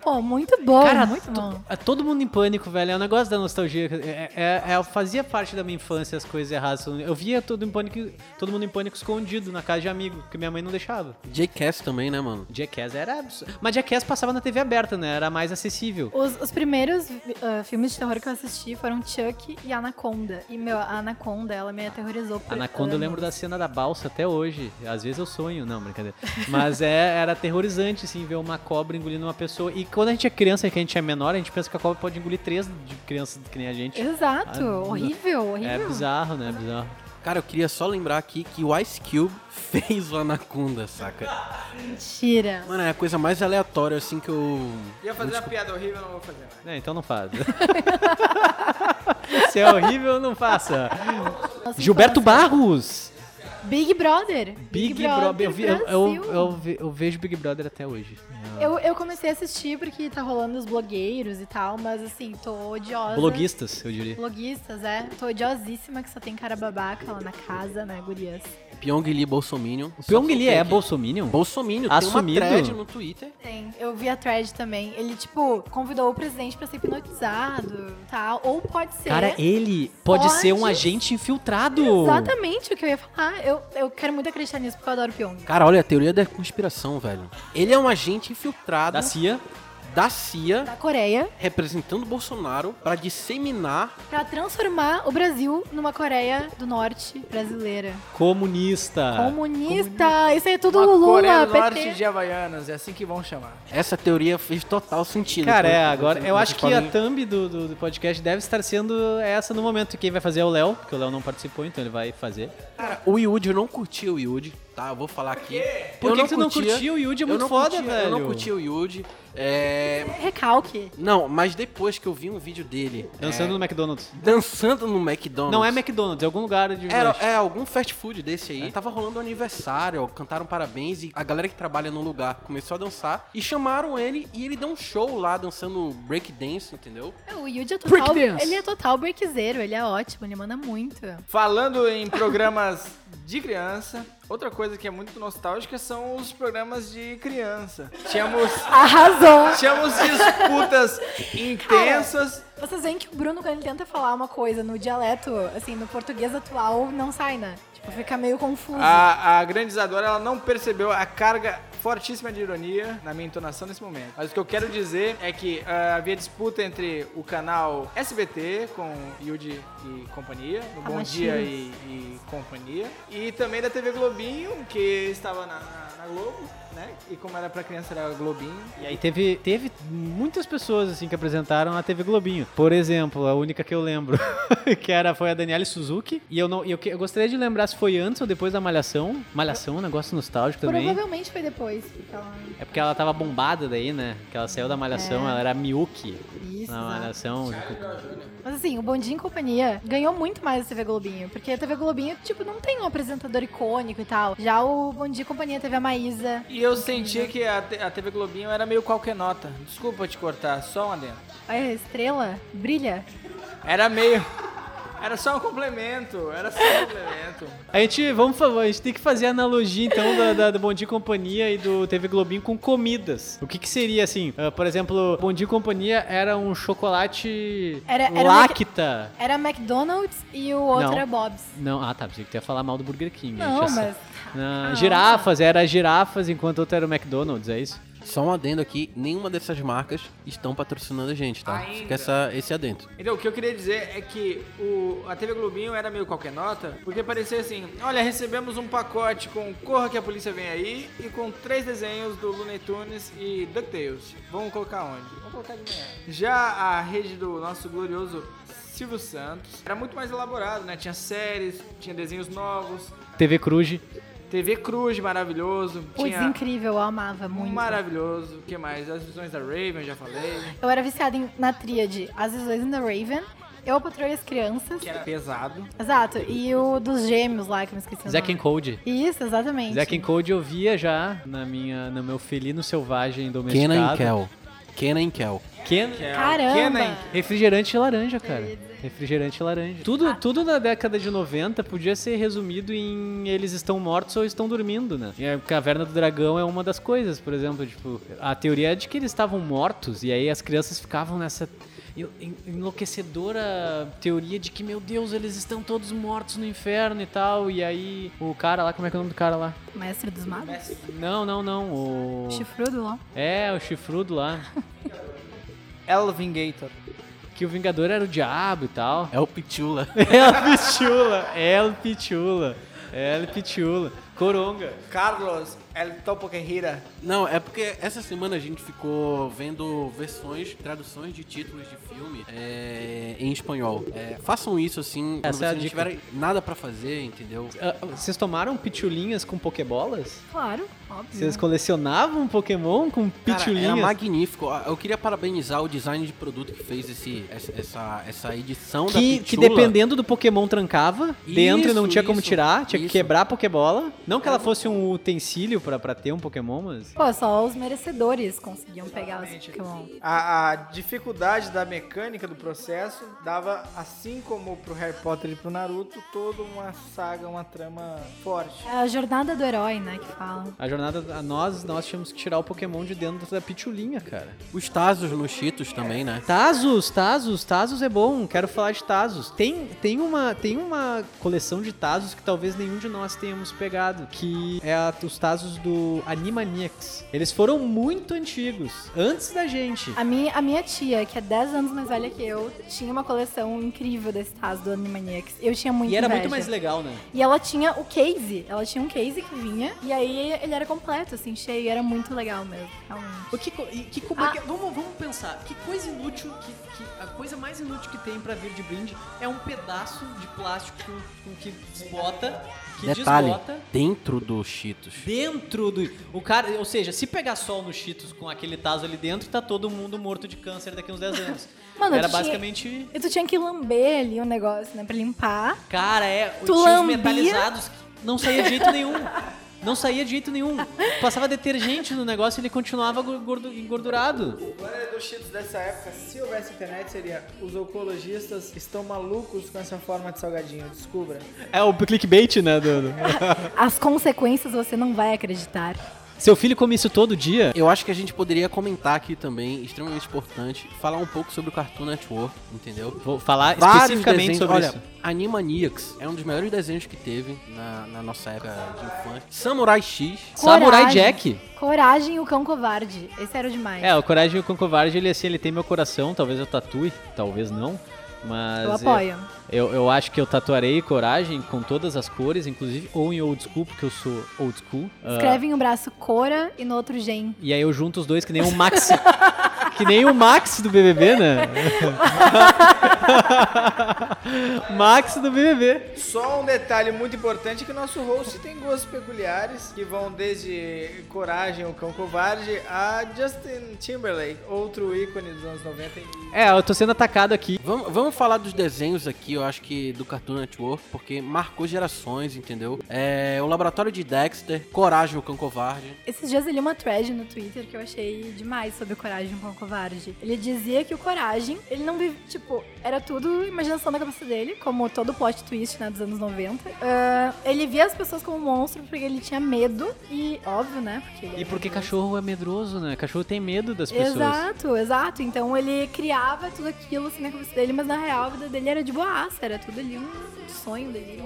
Speaker 2: Pô, muito bom,
Speaker 1: Cara,
Speaker 2: muito
Speaker 1: to-
Speaker 2: bom.
Speaker 1: é todo mundo em pânico, velho. É um negócio da nostalgia. É, é- é- fazia parte da minha infância as coisas erradas. Eu via todo, em pânico, todo mundo em pânico escondido na casa de amigo, que minha mãe não deixava.
Speaker 3: Jcast também, né, mano?
Speaker 1: Jackass era absurdo. Mas Jackass passava na TV aberta, né? Era mais acessível.
Speaker 2: Os, os primeiros ah, filmes de terror que eu assisti foram Chuck e Anaconda. E, meu, a Anaconda, ela me aterrorizou por
Speaker 1: Anaconda, eu
Speaker 2: anos.
Speaker 1: lembro da cena da balsa até hoje. Às vezes eu sonho, não, brincadeira. Mas é, era aterrorizante, assim, ver uma cobra engolindo uma pessoa. E quando a gente é criança, que a gente é menor, a gente pensa que a cobra pode engolir três de crianças que nem a gente.
Speaker 2: Exato,
Speaker 1: Ah,
Speaker 2: horrível, horrível.
Speaker 1: É bizarro, né? É bizarro.
Speaker 3: Cara, eu queria só lembrar aqui que o Ice Cube fez o Anaconda, saca?
Speaker 2: Mentira.
Speaker 3: Mano, é a coisa mais aleatória, assim, que eu...
Speaker 4: Ia fazer uma piada horrível, não vou fazer mais.
Speaker 1: É, então não faz. Se é horrível, não faça. então
Speaker 2: Nossa
Speaker 1: Gilberto
Speaker 2: infância.
Speaker 1: Barros!
Speaker 2: Big Brother.
Speaker 1: assim, Big, Brother. Eu, vi- eu, eu,
Speaker 2: Brasil.
Speaker 1: eu ve- eu vejo Big Brother até hoje.
Speaker 2: Eu, eu comecei a assistir porque tá rolando os blogueiros e tal, mas assim, tô odiosa.
Speaker 1: É, Bloguistas, eu diria.
Speaker 2: Bloguistas, é. Tô odiosíssima que só tem cara babaca lá na casa, né, gurias?
Speaker 3: Pyong Lee Bolsominion.
Speaker 1: O Pyong Lee é Bolsominion?
Speaker 3: Bolsominion. Tem
Speaker 1: Assumido.
Speaker 3: uma thread no Twitter.
Speaker 2: Tem. Eu vi a thread também. Ele, tipo, convidou o presidente pra ser hipnotizado e tal. Ou pode ser.
Speaker 1: Cara, ele pode,
Speaker 2: Pode.
Speaker 1: ser um agente infiltrado.
Speaker 2: Exatamente o que eu ia falar. Eu, eu quero muito acreditar nisso porque eu adoro Pyong.
Speaker 3: Cara, olha, a teoria da conspiração, velho. Ele é um agente infiltrado
Speaker 1: Da
Speaker 3: da,
Speaker 1: CIA.
Speaker 3: CIA,
Speaker 2: Da Coreia,
Speaker 3: representando o Bolsonaro, pra disseminar...
Speaker 2: pra transformar o Brasil numa Coreia do Norte brasileira.
Speaker 1: Comunista.
Speaker 2: Comunista! Isso aí é tudo
Speaker 4: Uma
Speaker 2: Lula,
Speaker 4: Coreia do
Speaker 2: PT.
Speaker 4: Norte de Havaianas, é assim que vão chamar.
Speaker 3: Essa teoria fez total sentido.
Speaker 1: Cara, é,
Speaker 3: Então,
Speaker 1: agora. Eu
Speaker 3: vocês
Speaker 1: acho que
Speaker 3: podem-
Speaker 1: a thumb do, do, do podcast deve estar sendo essa no momento. E Quem vai fazer é o Léo, porque o Léo não participou, então ele vai fazer.
Speaker 3: Cara, o Yudi, eu não curti o Yudi, tá? Eu vou falar aqui.
Speaker 1: é- Por
Speaker 3: eu
Speaker 1: que que tu não curtia? O Yudi é
Speaker 3: Eu
Speaker 1: muito
Speaker 3: não
Speaker 1: foda,
Speaker 3: curtia, Eu
Speaker 1: velho.
Speaker 3: não curti o Yudi. É...
Speaker 2: Recalque.
Speaker 3: Não, mas depois que eu vi um vídeo dele
Speaker 1: Dançando no McDonald's.
Speaker 3: é, dançando no McDonald's.
Speaker 1: Não é McDonald's, é algum lugar de.
Speaker 3: Era,
Speaker 1: lanche.
Speaker 3: é, algum fast food desse aí. Tava rolando um aniversário, cantaram parabéns e a galera que trabalha no lugar começou a dançar. E chamaram ele e ele deu um show lá dançando breakdance, entendeu?
Speaker 2: O Yuji é total.
Speaker 1: Breakdance.
Speaker 2: Ele é total breakzeiro, ele é ótimo, ele manda muito.
Speaker 4: Falando em programas de criança, outra coisa que é muito nostálgica são os programas de criança. Tínhamos,
Speaker 2: Arrasou!
Speaker 4: tínhamos disputas intensas.
Speaker 2: Vocês veem que o Bruno, quando ele tenta falar uma coisa no dialeto, assim, no português atual, não sai, né? Tipo, fica meio confuso.
Speaker 4: A, a grande Isadora ela não percebeu a carga fortíssima de ironia na minha entonação nesse momento. Mas o que eu quero dizer é que ah, havia disputa entre o canal SBT com Yudi e companhia, no Bom
Speaker 2: Amachinas.
Speaker 4: Dia e, e companhia, e também da TV Globinho, que estava na, na- na Globo, né? E como era pra criança era Globinho.
Speaker 1: E aí teve, teve muitas pessoas assim que apresentaram a TV Globinho. Por exemplo, a única que eu lembro, que era foi a Daniele Suzuki. E eu não, e eu, que- eu gostaria de lembrar se foi antes ou depois da Malhação. Malhação, é um negócio nostálgico também.
Speaker 2: Provavelmente foi depois. Porque ela...
Speaker 1: É porque ela tava bombada daí, né? Que ela saiu da Malhação,
Speaker 2: É.
Speaker 1: ela era Miyuki
Speaker 2: Isso,
Speaker 1: na
Speaker 2: exato.
Speaker 1: Malhação.
Speaker 2: Mas assim, o Bondinho e Companhia ganhou muito mais a TV Globinho. Porque a TV Globinho, tipo, não tem um apresentador icônico e tal. Já o Bondinho e Companhia teve a Maísa.
Speaker 4: E eu sentia que a, T- a TV Globinho era meio qualquer nota. Desculpa te cortar, só um adendo.
Speaker 2: Olha a estrela, brilha.
Speaker 4: Era meio. Era só um complemento, era só um complemento.
Speaker 1: A gente, vamos, fa- a gente tem que fazer a analogia, então, da, da- do Bom Dia e Companhia e do TV Globinho com comidas. O que que seria, assim? ah, por exemplo, Bom Dia e Companhia era um chocolate
Speaker 2: Era- era um-
Speaker 1: lacta.
Speaker 2: Era a McDonald's e o outro
Speaker 1: Não.
Speaker 2: era Bob's.
Speaker 1: Não, ah tá, pensei que tu ia falar mal do Burger King. né?
Speaker 2: Não,
Speaker 1: gente,
Speaker 2: mas.
Speaker 1: Ah,
Speaker 2: calma.
Speaker 1: girafas, era girafas, enquanto outro era o McDonald's, é isso?
Speaker 3: Só um adendo aqui, nenhuma dessas marcas estão patrocinando a gente, tá?
Speaker 4: Ainda.
Speaker 3: Fica essa, esse adendo.
Speaker 4: Então, o que eu queria dizer é que o, a TV Globinho era meio qualquer nota, porque parecia assim: olha, recebemos um pacote com Corra que a Polícia Vem Aí e com três desenhos do Looney Tunes e DuckTales. Vamos colocar onde? Vamos colocar de manhã. Já a rede do nosso glorioso Silvio Santos era muito mais elaborado, né? Tinha séries, tinha desenhos novos,
Speaker 1: TV Cruz.
Speaker 4: TV Cruz maravilhoso,
Speaker 2: Putz,
Speaker 4: tinha. um
Speaker 2: incrível, eu amava muito.
Speaker 4: Maravilhoso. O que mais? As visões da Raven, já falei.
Speaker 2: Eu era viciada em- na tríade As Visões da Raven, Eu, a Patrulha e as Crianças.
Speaker 4: Que era pesado.
Speaker 2: Exato, e o dos gêmeos lá, que eu me esqueci o
Speaker 1: Zack and
Speaker 2: nome.
Speaker 1: Cody.
Speaker 2: Isso, exatamente.
Speaker 1: Zack and Cody eu via já na minha, no meu felino selvagem domesticado.
Speaker 3: Kenan e Kel. Kenan e Kel.
Speaker 1: Ken-
Speaker 2: Caramba!
Speaker 4: É Kenan.
Speaker 1: Refrigerante laranja, cara. Refrigerante laranja. Tudo, tudo na década de 90 podia ser resumido em eles estão mortos ou estão dormindo, né? E a Caverna do Dragão é uma das coisas, por exemplo, tipo, a teoria é de que eles estavam mortos e aí as crianças ficavam nessa en- en- enlouquecedora teoria de que, meu Deus, eles estão todos mortos no inferno e tal. E aí o cara lá, como é que é o nome do cara lá?
Speaker 2: Mestre dos Magos?
Speaker 1: Não, não, não. O...
Speaker 2: Chifrudo, ó.
Speaker 1: É, o chifrudo lá.
Speaker 4: Elvin Gator.
Speaker 1: Que o Vingador era o diabo e tal.
Speaker 3: É o Pitula.
Speaker 1: El Pichula, El Pichula, El Pichula, Coronga.
Speaker 4: Carlos El Topo Guerrera.
Speaker 3: Não, é porque essa semana a gente ficou vendo versões, traduções de títulos de filme é, em espanhol. É, façam isso assim, quando
Speaker 1: Essa é a
Speaker 3: vocês
Speaker 1: dica.
Speaker 3: não tiverem nada pra fazer, entendeu?
Speaker 1: Ah, Vocês tomaram pichulinhas com pokébolas?
Speaker 2: Claro, óbvio.
Speaker 1: Vocês colecionavam Pokémon com
Speaker 3: Cara, era
Speaker 1: pichulinhas?
Speaker 3: magnífico. Ah, Eu queria parabenizar o design de produto que fez esse, essa- essa, essa edição da
Speaker 1: que, que
Speaker 3: Pichula.
Speaker 1: dependendo do Pokémon trancava dentro e não
Speaker 3: Isso,
Speaker 1: tinha como
Speaker 3: isso,
Speaker 1: tirar, tinha que
Speaker 3: isso.
Speaker 1: quebrar a Pokébola. Não que ela fosse um utensílio pra, pra ter um Pokémon, mas.
Speaker 2: Pô, só os merecedores conseguiam pegar os Pokémon.
Speaker 4: A, a dificuldade da mecânica do processo dava, assim como pro Harry Potter e pro Naruto, toda uma saga, uma trama forte.
Speaker 2: É a jornada do herói, né, que fala.
Speaker 1: A jornada, a nós, nós tínhamos que tirar o Pokémon de dentro da pichulinha, cara.
Speaker 3: Os Tazos nos Cheetos também, né?
Speaker 1: Tazos, Tazos, Tazos é bom, quero falar de Tazos. Tem, tem, uma, tem uma coleção de Tazos que talvez nenhum de nós tenhamos pegado, que é a- os Tazos do Animaniacs. Eles foram muito antigos, antes da gente.
Speaker 2: A minha, a minha tia, que é 10 anos mais velha que eu, tinha uma coleção incrível desse Taz do Animaniacs. Eu tinha muito
Speaker 1: E era
Speaker 2: inveja.
Speaker 1: muito mais legal, né?
Speaker 2: E ela tinha o case, ela tinha um case que vinha, e aí ele era completo, assim, cheio, e era muito legal mesmo, realmente.
Speaker 1: O que, co- e que como é
Speaker 2: Ah.
Speaker 1: que- vamos, vamos pensar, que coisa inútil, que, que- a coisa mais inútil que tem pra vir de brinde é um pedaço de plástico com, com que desbota, que
Speaker 3: Detalhe,
Speaker 1: desbota.
Speaker 3: dentro dos Cheetos.
Speaker 1: Dentro do. O cara, ou seja, se pegar sol no Cheetos com aquele taso ali dentro, tá todo mundo morto de câncer daqui uns 10 anos.
Speaker 2: Mano,
Speaker 1: Era
Speaker 2: tu tinha-
Speaker 1: basicamente.
Speaker 2: E tu tinha que lamber ali o negócio, né, pra limpar.
Speaker 1: Cara, é.
Speaker 2: Tu
Speaker 1: tinha os
Speaker 2: lambia?
Speaker 1: metalizados que não saía de jeito nenhum. Não saía de jeito nenhum. Passava detergente no negócio e ele continuava gordo- engordurado.
Speaker 4: O banner dos cheetos dessa época, se houvesse internet, seria os oncologistas estão malucos com essa forma de salgadinho, descubra.
Speaker 1: É o clickbait, né, Dono?
Speaker 2: As consequências você não vai acreditar.
Speaker 1: Seu filho come isso todo dia?
Speaker 3: Eu acho que a gente poderia comentar aqui também, extremamente importante, falar um pouco sobre o Cartoon Network, entendeu?
Speaker 1: Vou falar
Speaker 3: Vários
Speaker 1: especificamente
Speaker 3: desenhos-
Speaker 1: sobre
Speaker 3: olha,
Speaker 1: isso.
Speaker 3: Animaniacs é um dos melhores desenhos que teve na, na nossa época de infância. Samurai X.
Speaker 2: Coragem.
Speaker 1: Samurai Jack.
Speaker 2: Coragem e o Cão Covarde. Esse era o demais.
Speaker 1: É, o Coragem com Covarde, ele assim, ele tem meu coração, talvez eu tatue, talvez não. Mas
Speaker 2: eu
Speaker 1: é,
Speaker 2: apoio.
Speaker 1: eu, eu acho que eu tatuarei coragem com todas as cores, inclusive ou em old school, porque eu sou old school. Ah,
Speaker 2: Escreve em um braço Cora e no outro Gen.
Speaker 1: E aí eu junto os dois que nem o Max. que nem o Max do BBB, né? Max do BBB.
Speaker 4: Só um detalhe muito importante é que nosso host tem gostos peculiares, que vão desde Coragem, o Cão Covarde, a Justin Timberlake, outro ícone dos anos 90.
Speaker 1: É, eu tô sendo atacado aqui.
Speaker 3: Vamos, vamos falar dos desenhos aqui, eu acho que do Cartoon Network, porque marcou gerações, entendeu? É, o Laboratório de Dexter, Coragem, o Cão Covarde.
Speaker 2: Esses dias eu li uma thread no Twitter que eu achei demais sobre o Coragem com o Covarde. Ele dizia que o Coragem, ele não vive, tipo, era tudo imaginação da cabeça dele, como todo plot twist, né, dos anos 90. Ah, ele via as pessoas como um monstro porque ele tinha medo e, óbvio, né, porque ele
Speaker 1: E
Speaker 2: era
Speaker 1: porque
Speaker 2: medroso.
Speaker 1: cachorro é medroso, né? Cachorro tem medo das pessoas.
Speaker 2: Exato, exato. Então ele criava tudo aquilo assim na cabeça dele, mas na real a vida dele era de boaça, era tudo ali um sonho dele,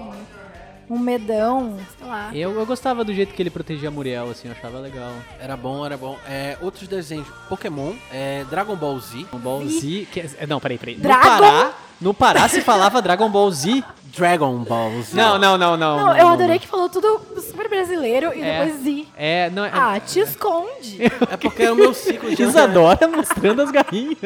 Speaker 2: um, um medão, sei lá.
Speaker 1: Eu, eu gostava do jeito que ele protegia a Muriel, assim, eu achava legal.
Speaker 3: Era bom, era bom. É, outros desenhos, Pokémon, é, Dragon Ball Z,
Speaker 1: Dragon Ball Z. que é- não, peraí, peraí.
Speaker 2: Dragon?
Speaker 1: No Pará, no Pará se falava Dragon Ball Z.
Speaker 3: Dragon Ball Z.
Speaker 1: Não, não, não, não.
Speaker 2: Não, eu adorei que falou tudo super brasileiro e
Speaker 1: É.
Speaker 2: depois Z.
Speaker 1: É, não, é.
Speaker 2: Ah, te esconde.
Speaker 3: É porque era o meu ciclo de...
Speaker 1: Isadora mostrando as garrinhas.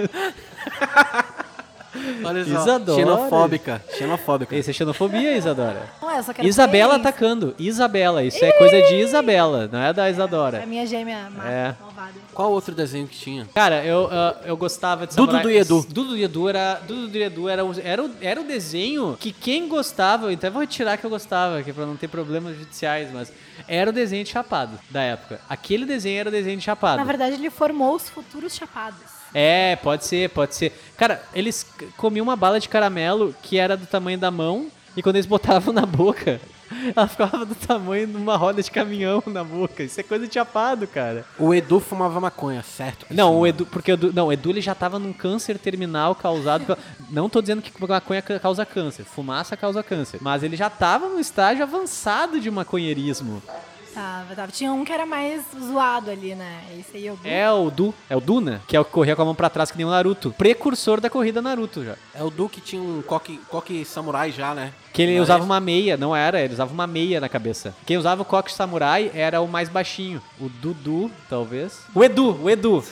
Speaker 3: Olha só,
Speaker 1: Isadora.
Speaker 3: Xenofóbica, xenofóbica.
Speaker 1: Isso é xenofobia, Isadora.
Speaker 2: Não é, eu só quero
Speaker 1: Isabela tá
Speaker 2: diferença.
Speaker 1: atacando. Isabela, isso é coisa de Isabela, não é da
Speaker 2: A
Speaker 1: Isadora.
Speaker 2: minha gêmea má,
Speaker 1: É.
Speaker 2: malvada.
Speaker 3: Qual outro desenho que tinha?
Speaker 1: Cara, eu, ah, eu gostava de
Speaker 3: Dudu do Edu.
Speaker 1: Dudu do Edu era, Dudu do Edu era, o- era, o- era o desenho que quem gostava, então eu vou retirar que eu gostava, que é pra não ter problemas judiciais, mas era o desenho de chapado da época. Aquele desenho era o desenho de chapado.
Speaker 2: Na verdade, ele formou os futuros chapados.
Speaker 1: É, pode ser, pode ser. Cara, eles c- comiam uma bala de caramelo que era do tamanho da mão e quando eles botavam na boca, ela ficava do tamanho de uma roda de caminhão na boca. Isso é coisa de chapado, cara.
Speaker 3: O Edu fumava maconha, certo?
Speaker 1: Não, o Edu, porque o Edu, não, o Edu ele já tava num câncer terminal causado pela, não tô dizendo que maconha ca- causa câncer, fumaça causa câncer, mas ele já tava num estágio avançado de maconheirismo.
Speaker 2: Tava, tava. Tinha um que era mais zoado ali, né? Esse aí eu
Speaker 1: É o Du, é o Duna, que é o que corria com a mão pra trás que nem o Naruto, precursor da corrida Naruto já.
Speaker 3: É o Duke tinha um coque, coque samurai já, né?
Speaker 1: Que ele
Speaker 3: Não
Speaker 1: usava
Speaker 3: é?
Speaker 1: uma meia, não era, ele usava uma meia na cabeça. Quem usava o coque samurai era o mais baixinho. O Dudu, talvez. O Edu, o Edu.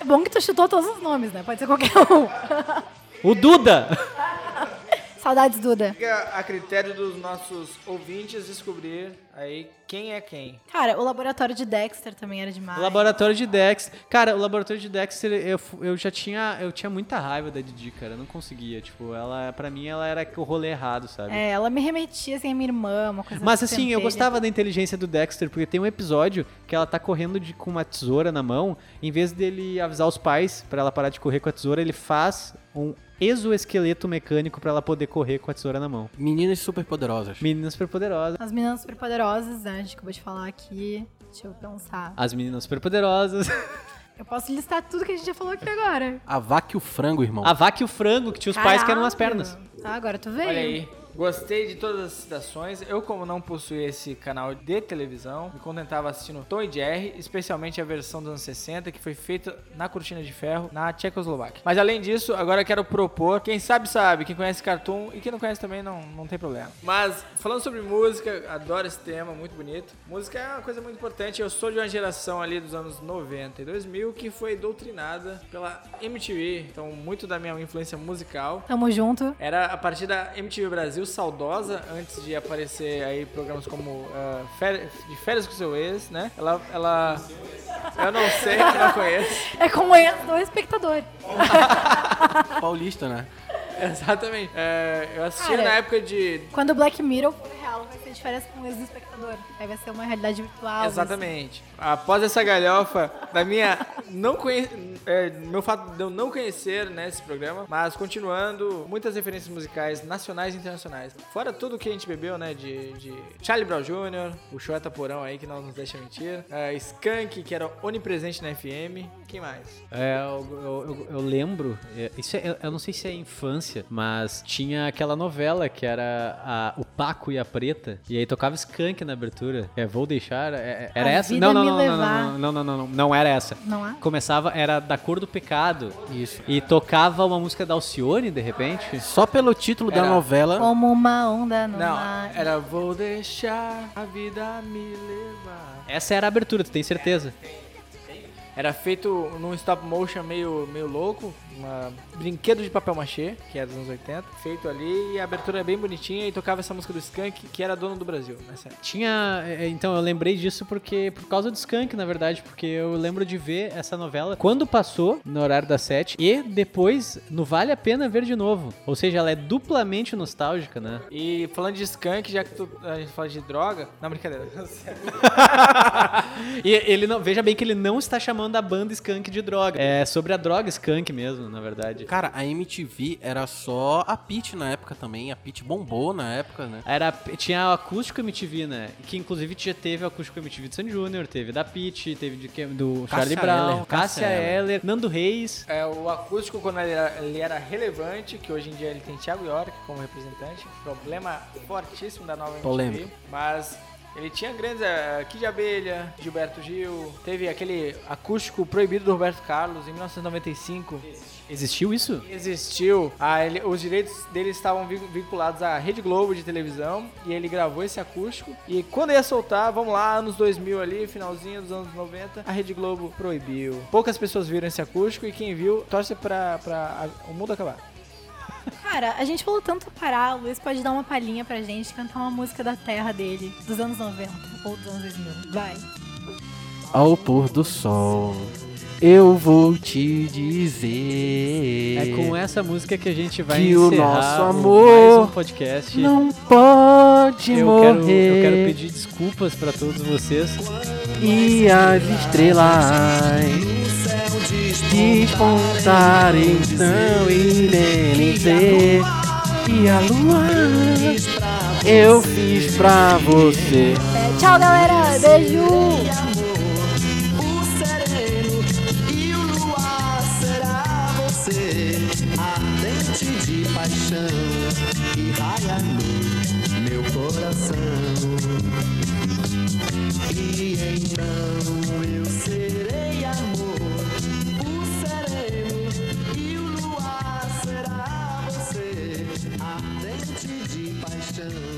Speaker 2: É bom que tu chutou todos os nomes, né? Pode ser qualquer um.
Speaker 1: O Duda!
Speaker 2: Saudades, Duda.
Speaker 4: Fica a critério dos nossos ouvintes descobrir aí quem é quem.
Speaker 2: Cara, o laboratório de Dexter também era demais.
Speaker 1: O laboratório de Dex. Cara, o laboratório de Dex, eu, fu- eu já tinha. Eu tinha muita raiva da Didi, cara. Eu não conseguia. Tipo, ela, pra mim, ela era o rolê errado, sabe?
Speaker 2: É, ela me remetia assim a minha irmã, uma coisa
Speaker 1: Mas
Speaker 2: de
Speaker 1: assim, eu
Speaker 2: centelha.
Speaker 1: gostava da inteligência do Dexter, porque tem um episódio que ela tá correndo de- com uma tesoura na mão, em vez dele avisar os pais pra ela parar de correr com a tesoura, ele faz um exoesqueleto mecânico pra ela poder correr com a tesoura na mão.
Speaker 3: Meninas superpoderosas.
Speaker 1: Meninas superpoderosas.
Speaker 2: As meninas superpoderosas, né? A gente acabou de falar aqui. Deixa eu pensar.
Speaker 1: As meninas superpoderosas.
Speaker 2: Eu posso listar tudo que a gente já falou aqui agora.
Speaker 3: A vaca e o frango, irmão.
Speaker 1: A vaca e o frango, que tinha os pais que eram as pernas.
Speaker 2: Ah, agora tu veio.
Speaker 4: Olha aí. Gostei de todas as citações. Eu, como não possuía esse canal de televisão, me contentava assistindo Tom e Jerry, especialmente a versão dos anos 60, que foi feita na cortina de ferro, na Tchecoslováquia. Mas além disso, agora eu quero propor, quem sabe sabe, quem conhece Cartoon e quem não conhece também não, não tem problema. Mas, falando sobre música, adoro esse tema, muito bonito. Música é uma coisa muito importante. Eu sou de uma geração ali dos anos 90 e 2000 que foi doutrinada pela MTV, então muito da minha influência musical
Speaker 2: Tamo junto.
Speaker 4: era a partir da MTV Brasil saudosa, antes de aparecer aí programas como ah, Féri- De Férias com Seu Ex, né? Ela. ela... Eu não sei, eu não conheço.
Speaker 2: É como é do espectador.
Speaker 3: Paulista, né?
Speaker 4: Exatamente. É, eu assistia
Speaker 2: Cara.
Speaker 4: na época de.
Speaker 2: Quando o Black Mirror for real, vai ser diferença com o ex-espectador. Aí vai ser uma realidade virtual.
Speaker 4: Exatamente. Após essa galhofa da minha não conhe... é, meu fato de eu não conhecer né, esse programa, mas continuando, muitas referências musicais nacionais e internacionais. Fora tudo que a gente bebeu, né? De, de Charlie Brown Jr., o Chota Porão aí, que não nos deixa mentir. é, Skank, que era onipresente na FM. Quem mais?
Speaker 1: É, eu, eu- eu- eu lembro, é, isso é- eu- eu não sei se é infância, mas tinha aquela novela que era a- o Paco e a Preta, e aí tocava Skank na abertura. É, vou deixar. é- é- era
Speaker 2: A
Speaker 1: essa?
Speaker 2: vida
Speaker 1: Não, não,
Speaker 2: me
Speaker 1: não, não,
Speaker 2: levar.
Speaker 1: não, não, não, não, não, não, não era essa.
Speaker 2: Não é? há?
Speaker 1: Começava, era da cor do pecado.
Speaker 3: Isso.
Speaker 1: E tocava uma música da Alcione, de repente.
Speaker 3: Só pelo título da
Speaker 4: Era-
Speaker 3: novela.
Speaker 2: Como uma onda no
Speaker 4: Não,
Speaker 2: mar.
Speaker 4: era Vou Deixar a Vida Me Levar.
Speaker 1: Essa era a abertura, tu tem certeza?
Speaker 4: Era feito num stop motion meio, meio louco, uma brinquedo de papel machê, que é dos anos 80, feito ali, e a abertura é bem bonitinha, e tocava essa música do Skank, que era dono do Brasil, né, nessa época.
Speaker 1: Tinha. é, Então eu lembrei disso porque. Por causa do Skank, na verdade, porque eu lembro de ver essa novela quando passou no horário das 7 e depois no Vale a Pena Ver de novo. Ou seja, ela é duplamente nostálgica, né?
Speaker 4: E falando de Skank, já que tu- a gente fala de droga, não, brincadeira.
Speaker 1: E ele não. Veja bem que ele não está chamando a banda Skank de droga. É sobre a droga Skank mesmo, na verdade.
Speaker 3: Cara, a MTV era só a Pit na época também. A Pit bombou na época, né?
Speaker 1: Era, tinha o Acústico MTV, né? Que inclusive já teve o Acústico MTV de San Júnior, teve da Pitt, teve de, quem- do Charlie
Speaker 3: Cássia
Speaker 1: Brown,
Speaker 3: Eller,
Speaker 1: Cássia
Speaker 3: Cássia Eller.
Speaker 1: Eller, Nando Reis.
Speaker 4: É, o acústico, quando ele era, ele era relevante, que hoje em dia ele tem Thiago York como representante, problema fortíssimo da nova MTV,
Speaker 3: Polêmica.
Speaker 4: mas ele tinha grandes, eh, Kid Abelha, Gilberto Gil, teve aquele acústico proibido do Roberto Carlos em 1995,
Speaker 1: Existiu isso?
Speaker 4: existiu, a ele- os direitos dele estavam vin- vinculados à Rede Globo de televisão e ele gravou esse acústico. E quando ia soltar, vamos lá, anos 2000 ali, finalzinho dos anos 90, a Rede Globo proibiu. Poucas pessoas viram esse acústico e quem viu torce pra, pra a- o mundo acabar.
Speaker 2: Cara, a gente falou tanto parar, o Luiz pode dar uma palhinha pra gente, cantar uma música da terra dele, dos anos 90 ou dos anos 2000. Vai.
Speaker 3: Ao pôr do sol, eu vou te dizer.
Speaker 1: É com essa música que a gente vai
Speaker 3: Que o
Speaker 1: encerrar
Speaker 3: nosso
Speaker 1: mais
Speaker 3: amor
Speaker 1: um podcast.
Speaker 3: Não pode
Speaker 1: eu,
Speaker 3: morrer.
Speaker 1: quero, eu quero pedir desculpas pra todos vocês.
Speaker 3: E as estrelas despontarem tão e nem dizer. E a lua eu fiz pra você.
Speaker 2: É, tchau, galera! Beijo!
Speaker 5: O sereno e o luar será você, ardente de paixão que raia no meu coração. E então eu serei amor. O sereno e o luar será você, ardente de paixão.